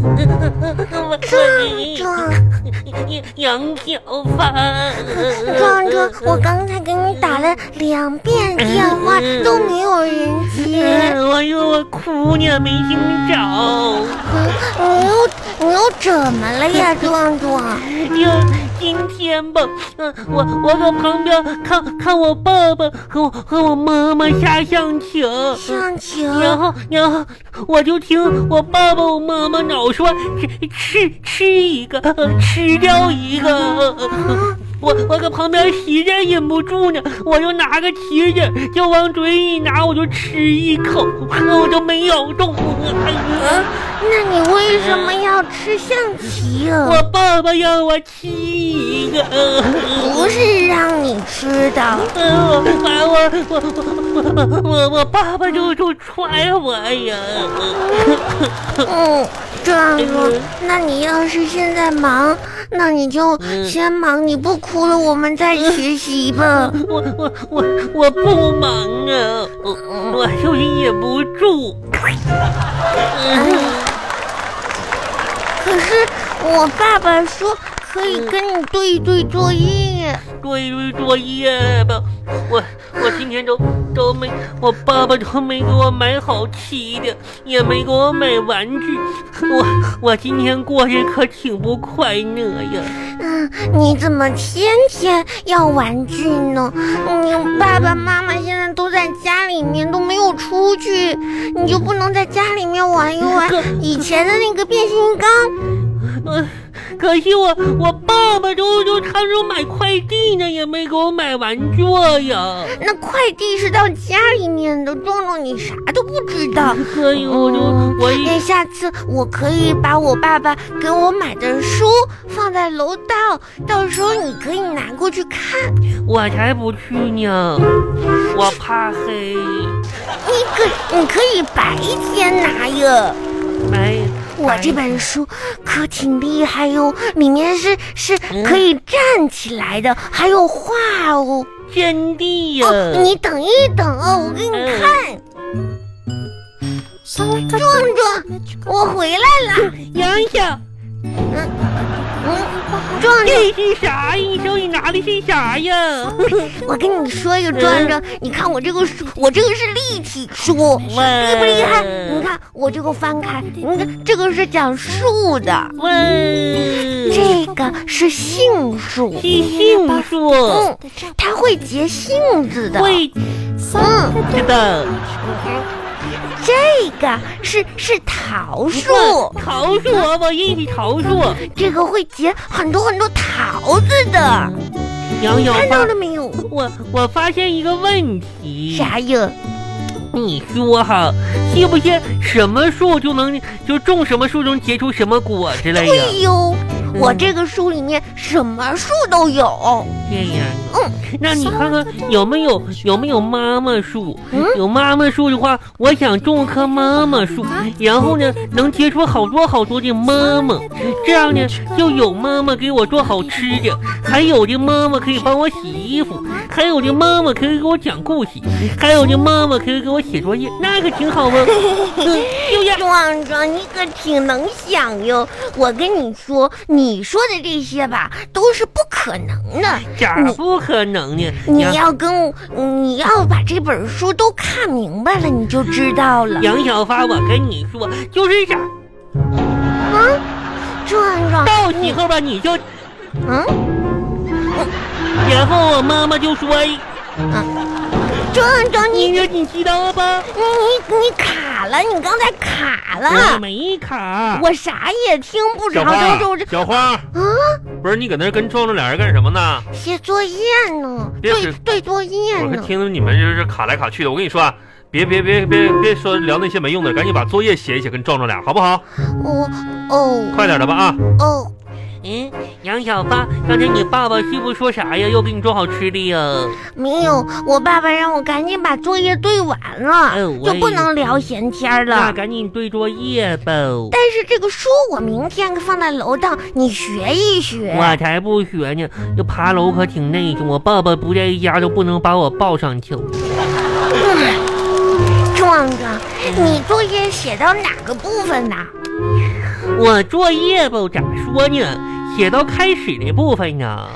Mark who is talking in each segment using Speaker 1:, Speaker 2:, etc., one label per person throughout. Speaker 1: 我我杨小凡，
Speaker 2: 壮壮，我刚才给你打了两遍电话都没有人接，
Speaker 1: 我说我哭呢，没听着。
Speaker 2: 你又哎你又怎么了呀，壮壮？
Speaker 1: 就今天吧，嗯，我我搁旁边看看我爸爸和我和我妈妈下象棋，
Speaker 2: 向
Speaker 1: 然
Speaker 2: 晴，
Speaker 1: 后然后我就听我爸爸我妈妈老说吃吃吃一个吃掉一个，
Speaker 2: 嗯
Speaker 1: 我我搁旁边实在忍不住呢，我就拿个棋子就往嘴里拿，我就吃一口，我就没咬动。哎呀
Speaker 2: 那你为什么要吃象棋啊？
Speaker 1: 我爸爸让我吃一个。
Speaker 2: 不是让你吃的，
Speaker 1: 哎我我我我我我爸爸就就踹我哎呀！
Speaker 2: 嗯，壮壮
Speaker 1: 嗯，
Speaker 2: 那你要是现在忙，那你就先忙，你不哭了，我们再学习吧。
Speaker 1: 我我我我不忙啊，我我就是忍不住。
Speaker 2: 可是我爸爸说可以跟你对一对作业，
Speaker 1: 做一堆作业吧，我我今天都都没，我爸爸都没给我买好吃的，也没给我买玩具，我我今天过得可挺不快乐呀。
Speaker 2: 嗯，你怎么天天要玩具呢？你爸爸妈妈现在都在家里面，都没有出去，你就不能在家里面玩一玩
Speaker 1: 可
Speaker 2: 以前的那个变形金刚？
Speaker 1: 呃，可惜我我爸爸都都他说买快递呢，也没给我买玩具呀。
Speaker 2: 那快递是到家里面的，壮壮你啥都不知道。
Speaker 1: 所以我就我一
Speaker 2: 那下次我可以把我爸爸给我买的书放在楼道，到时候你可以拿过去看。
Speaker 1: 我才不去呢，我怕黑。
Speaker 2: 你可你可以白天拿呀。
Speaker 1: 哎，
Speaker 2: 我这本书可挺厉害哟，里面是是可以站起来的，还有画哦。
Speaker 1: 真的哎呀，
Speaker 2: 哦，你等一等哦，我给你
Speaker 1: 嗯
Speaker 2: 看。壮壮，我回来了。
Speaker 1: 杨小，
Speaker 2: 嗯，壮壮，
Speaker 1: 这是啥呀？你手里拿的是啥呀？
Speaker 2: 我跟你说一个壮壮，你看我这个书，我这个是立体书，厉不厉害？你看我这个翻开，你看这个是讲树的，
Speaker 1: 哇，
Speaker 2: 这个是杏树，
Speaker 1: 是杏树，
Speaker 2: 嗯，它会结杏子的。
Speaker 1: 会
Speaker 2: 嗯，
Speaker 1: 知道。
Speaker 2: 这个是是桃树，
Speaker 1: 桃树，我认识桃树。
Speaker 2: 这个会结很多很多桃子的，
Speaker 1: 杨小
Speaker 2: 看
Speaker 1: 花
Speaker 2: 到了没有？
Speaker 1: 我我发现一个问题，
Speaker 2: 啥呀？
Speaker 1: 你说哈，是不是什么树就能就种什么树就能结出什么果子来呀？嗯
Speaker 2: 对哟，我这个书里面什么树都有。
Speaker 1: 这样，啊
Speaker 2: 嗯，
Speaker 1: 那你看看有没有有没有妈妈树？
Speaker 2: 嗯
Speaker 1: 有妈妈树的话，我想种棵妈妈树，
Speaker 2: 啊
Speaker 1: 然后呢，能结出好多好多的妈妈，这样呢，就有妈妈给我做好吃的，还有的妈妈可以帮我洗衣服，还有的妈妈可以给我讲故事，还有的妈妈可以给我写作业，那个挺 好吗？嗯就这样。
Speaker 2: 壮壮，你可挺能想哟！我跟你说，你说的这些吧，都是不可能的。
Speaker 1: 咋不可能呢？
Speaker 2: 你
Speaker 1: 杨
Speaker 2: 要跟我，你要把这本书都看明白了，你就知道了。
Speaker 1: 杨小发，我跟你说，就是啥，
Speaker 2: 壮壮，
Speaker 1: 到时候吧，你就，
Speaker 2: 嗯，
Speaker 1: 然后我妈妈就说，哎
Speaker 2: 壮壮，你
Speaker 1: 音
Speaker 2: 你
Speaker 1: 乐你知道吧？
Speaker 2: 你你卡了，你刚才卡
Speaker 1: 我
Speaker 2: 了，
Speaker 1: 没卡，
Speaker 2: 我啥也听不着都
Speaker 3: 小，
Speaker 2: 都
Speaker 3: 花
Speaker 2: 这，
Speaker 3: 小花，
Speaker 2: 啊，
Speaker 3: 不是你搁那儿跟壮壮俩人干什么呢？
Speaker 2: 写作业呢，
Speaker 3: 别
Speaker 2: 对
Speaker 3: 使
Speaker 2: 对作业
Speaker 3: 我还
Speaker 2: 呢。
Speaker 3: 听着你们就是卡来卡去的。我跟你说啊，别别别别别说聊那些没用的，赶紧把作业写一写，跟壮壮俩好不好？
Speaker 2: 我哦
Speaker 3: 快点的吧啊！
Speaker 2: 哦，
Speaker 1: 嗯，杨小发，刚才你爸爸是不是说啥呀？要给你做好吃的呀？
Speaker 2: 没有，我爸爸让我赶紧把作业对完了，
Speaker 1: 哎我
Speaker 2: 就不
Speaker 1: 也
Speaker 2: 能聊闲天儿
Speaker 1: 那
Speaker 2: 了。
Speaker 1: 赶紧对作业吧。
Speaker 2: 但是这个书我明天放在楼道，你学一学。
Speaker 1: 我才不学呢，这爬楼可挺累的。我爸爸不在家都不能把我抱上去。
Speaker 2: 啊壮壮，你作业写到哪个部分呢？
Speaker 1: 我作业吧，咋说呢？写到开始那部分啊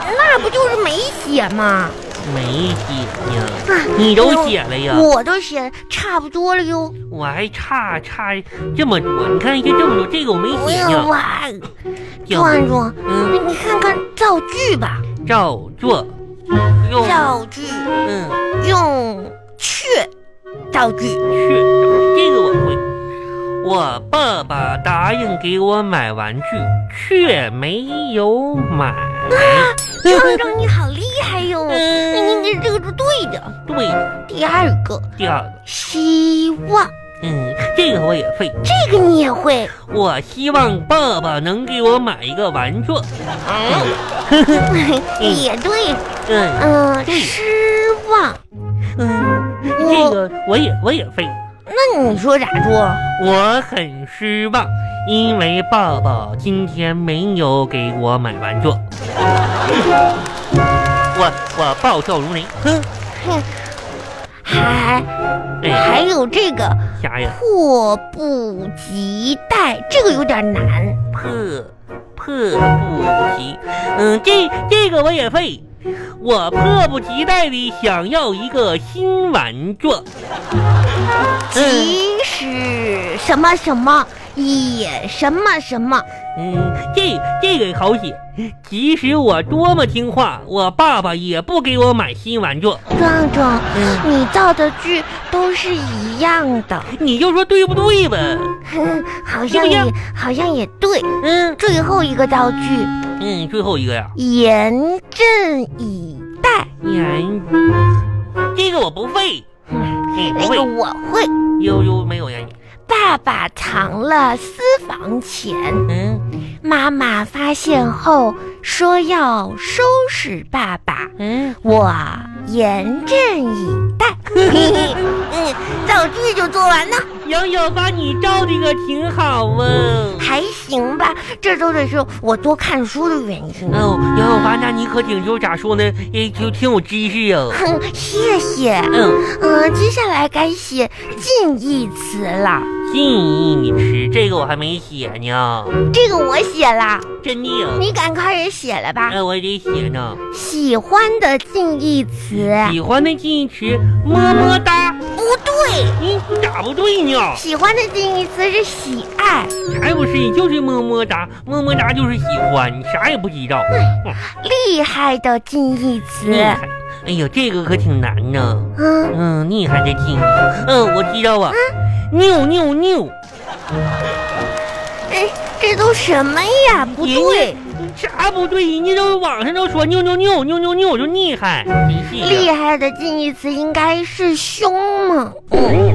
Speaker 1: 呢，
Speaker 2: 那不就是没写吗？
Speaker 1: 没写呢。
Speaker 2: 啊，
Speaker 1: 哎你都写了呀？
Speaker 2: 哎我都写差不多了哟。
Speaker 1: 我还差差这么多，你看就这么多，这个我没
Speaker 2: 我
Speaker 1: 写
Speaker 2: 要
Speaker 1: 呢。
Speaker 2: 哎哇，
Speaker 1: 要
Speaker 2: 壮壮，
Speaker 1: 嗯，
Speaker 2: 你看看造句吧，
Speaker 1: 照做，用
Speaker 2: 造句
Speaker 1: 嗯
Speaker 2: 用去造句。
Speaker 1: 是这个我会。我爸爸答应给我买玩具，却没有买。
Speaker 2: 壮壮你好厉害哟，
Speaker 1: 嗯
Speaker 2: 你你这个是对的。
Speaker 1: 对，
Speaker 2: 第二个
Speaker 1: 第二个，
Speaker 2: 希望，
Speaker 1: 嗯，这个我也会。
Speaker 2: 这个你也会。
Speaker 1: 我希望爸爸能给我买一个玩具。
Speaker 2: 也对，
Speaker 1: 嗯
Speaker 2: 嗯，
Speaker 1: 对
Speaker 2: 失望。
Speaker 1: 嗯，这
Speaker 2: 我
Speaker 1: 个我也我也会。
Speaker 2: 那你说咋说？
Speaker 1: 我很失望，因为爸爸今天没有给我买玩具。 我我暴跳如雷，哼，
Speaker 2: 哼，还还
Speaker 1: 哎，
Speaker 2: 有这个
Speaker 1: 啥呀？
Speaker 2: 迫不及待，这个有点难。
Speaker 1: 迫迫不及，嗯，这这个我也会。我迫不及待地想要一个新玩具。嗯
Speaker 2: 即使什么什么也什么什么，
Speaker 1: 嗯，这这个好写。即使我多么听话，我爸爸也不给我买新玩具。
Speaker 2: 壮壮，
Speaker 1: 嗯。
Speaker 2: 你造的句都是一样的，
Speaker 1: 你就说对不对吧？
Speaker 2: 哼，好
Speaker 1: 对
Speaker 2: 像
Speaker 1: 不
Speaker 2: 也
Speaker 1: 对
Speaker 2: 好像也对。
Speaker 1: 嗯
Speaker 2: 最后一个造句，
Speaker 1: 嗯，最后一个呀，
Speaker 2: 严阵以待。
Speaker 1: 言，这个我不会，
Speaker 2: 嗯，
Speaker 1: 嗯，不
Speaker 2: 那
Speaker 1: 会
Speaker 2: 个，我会。
Speaker 1: 悠悠没有呀，你
Speaker 2: 爸爸藏了私房钱，
Speaker 1: 嗯
Speaker 2: 妈妈发现后说要收拾爸爸，
Speaker 1: 嗯，
Speaker 2: 我严阵以待。嗯，造句就做完了，
Speaker 1: 杨小发你照这个挺好哦。
Speaker 2: 还行吧？这都得是我多看书的原因。
Speaker 1: 哦，杨小发，那你可挺就咋说呢？也就挺有知识哦。
Speaker 2: 哼，谢谢。
Speaker 1: 嗯，
Speaker 2: 嗯，接下来该写近义词了，
Speaker 1: 信义你吃这个我还没写呢，
Speaker 2: 这个我写了，
Speaker 1: 真的呀。
Speaker 2: 你敢开始写了吧？
Speaker 1: 哎，我得写呢。
Speaker 2: 喜欢的近义词，
Speaker 1: 喜欢的近义词，么么哒。
Speaker 2: 不对。
Speaker 1: 你咋不对呢？
Speaker 2: 喜欢的近义词是喜爱，
Speaker 1: 才不是，你就是么么哒，么么哒就是喜欢，你啥也不知道。
Speaker 2: 哎厉害的近义词
Speaker 1: 厉，害！哎呀，这个可挺难呢。
Speaker 2: 嗯，
Speaker 1: 嗯，厉害的近义。嗯，我知道啊。拗拗拗，
Speaker 2: 这哎这都什么呀？不对，
Speaker 1: 啥不对？人家都网上都说拗拗拗拗拗拗就厉害，真是
Speaker 2: 厉
Speaker 1: 的。
Speaker 2: 害的近义词应该是凶猛。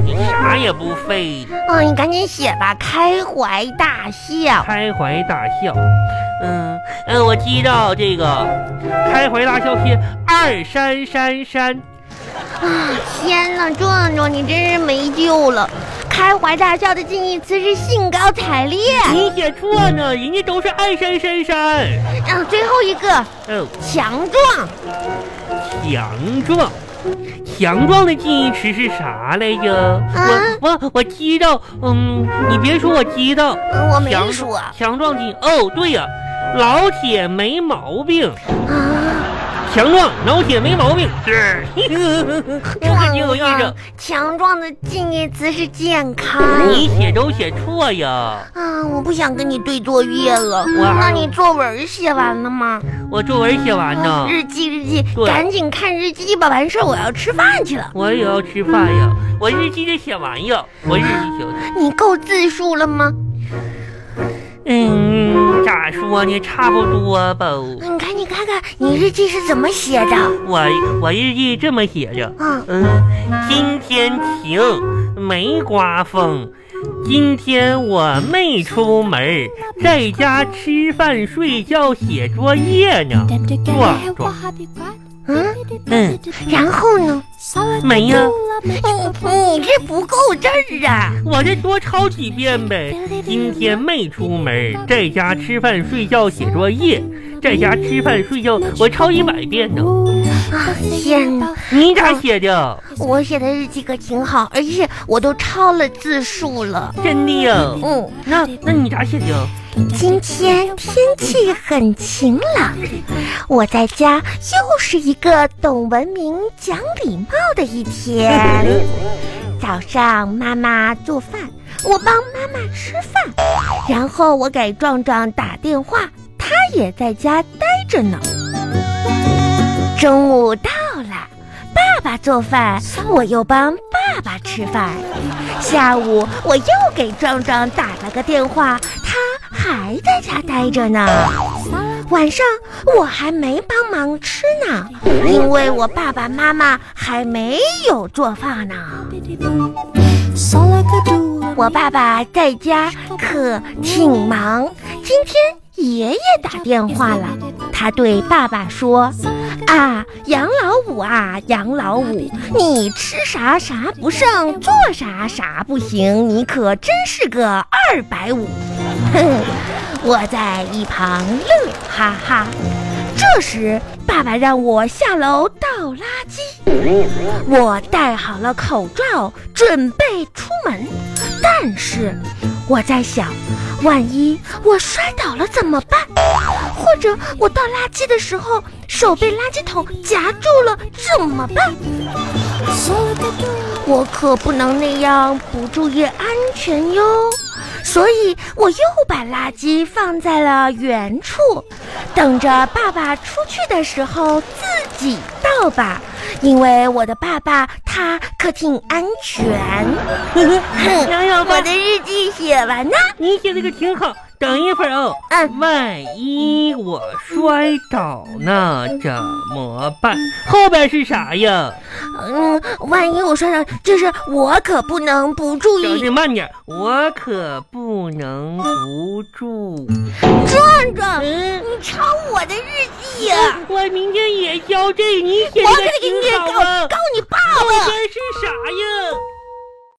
Speaker 1: 你啥也不会，
Speaker 2: 嗯，你赶紧写吧，开怀大笑，
Speaker 1: 开怀大笑。嗯嗯，我知道这个，开怀大笑是二三三三。
Speaker 2: 天呐，壮壮，你真是没救了！开怀大笑的近义词是兴高采烈。
Speaker 1: 你写错呢，人家都是二三三三。
Speaker 2: 嗯，最后一个
Speaker 1: 哦。
Speaker 2: 强壮，
Speaker 1: 强壮，强壮的近义词是啥来着？我我我知道，嗯，你别说，我知道。
Speaker 2: 嗯我没
Speaker 1: 强
Speaker 2: 说
Speaker 1: 壮强壮近哦，对呀、老铁没毛病，
Speaker 2: 啊。
Speaker 1: 强壮，老铁没毛病，是， 这个挺有意思
Speaker 2: 壮。啊强壮的近义词是健康。
Speaker 1: 你写都写错呀，
Speaker 2: 啊，我不想跟你对作业了。
Speaker 1: 哇
Speaker 2: 那你作文写完了吗？
Speaker 1: 我作文写完呢，
Speaker 2: 日记日记，
Speaker 1: 对
Speaker 2: 赶紧看日记吧，完事儿我要吃饭去了。
Speaker 1: 我也要吃饭呀，我日记得写完呀，我日记写完。
Speaker 2: 你够字数了吗？
Speaker 1: 嗯，咋说呢，差不多吧。
Speaker 2: 你看你看看，你日记是怎么写的？
Speaker 1: 我我日记这么写着。
Speaker 2: 啊，
Speaker 1: 嗯，今天晴，没刮风。今天我没出门儿，在家吃饭、睡觉、写作业呢。壮壮，
Speaker 2: 嗯，
Speaker 1: 嗯，
Speaker 2: 然后呢？
Speaker 1: 美呀、
Speaker 2: 你你这不够字儿啊！
Speaker 1: 我再多抄几遍呗。今天没出门儿，在家吃饭、睡觉、写作业，在家吃饭、睡觉，我抄一百遍呢。
Speaker 2: 啊天哪！
Speaker 1: 你咋写的？
Speaker 2: 我写的日记可挺好，而且我都超了字数了。
Speaker 1: 真的呀？
Speaker 2: 嗯，
Speaker 1: 那那你咋写的？
Speaker 2: 今天天气很晴朗，我在家又是一个懂文明、讲礼貌的一天。早上妈妈做饭，我帮妈妈吃饭，然后我给壮壮打电话，他也在家待着呢。中午到了，爸爸做饭，我又帮爸爸吃饭。下午我又给壮壮打了个电话，他还在家待着呢。晚上我还没帮忙吃呢，因为我爸爸妈妈还没有做饭呢。我爸爸在家可挺忙，今天爷爷打电话了，他对爸爸说：“啊，杨老五啊，杨老五，你吃啥啥不剩，做啥啥不行，你可真是个二百五。” 哼，我在一旁乐哈哈。这时，爸爸让我下楼倒垃圾。我戴好了口罩，准备出门，但是我在想，万一我摔倒了怎么办？或者我倒垃圾的时候手被垃圾桶夹住了怎么办？我可不能那样不注意安全哟。所以我又把垃圾放在了原处，等着爸爸出去的时候自己倒吧。因为我的爸爸他可挺安全。哼，
Speaker 1: 杨小
Speaker 2: 我
Speaker 1: 吧
Speaker 2: 的，日记写完呢。
Speaker 1: 你写的可挺好。等一会儿哦，
Speaker 2: 嗯
Speaker 1: 万一我摔倒呢，怎么办？后边是啥呀？
Speaker 2: 嗯，万一我摔倒，就是我可不能不注
Speaker 1: 小
Speaker 2: 意。
Speaker 1: 心慢点，我可不能不 住。
Speaker 2: 壮壮，
Speaker 1: 嗯，
Speaker 2: 你抄我的日记呀、
Speaker 1: 我明天也交这，你写
Speaker 2: 我
Speaker 1: 的
Speaker 2: 给你
Speaker 1: 挺
Speaker 2: 告
Speaker 1: 好啊。
Speaker 2: 告你爸
Speaker 1: 后
Speaker 2: 了。
Speaker 1: 边是啥呀？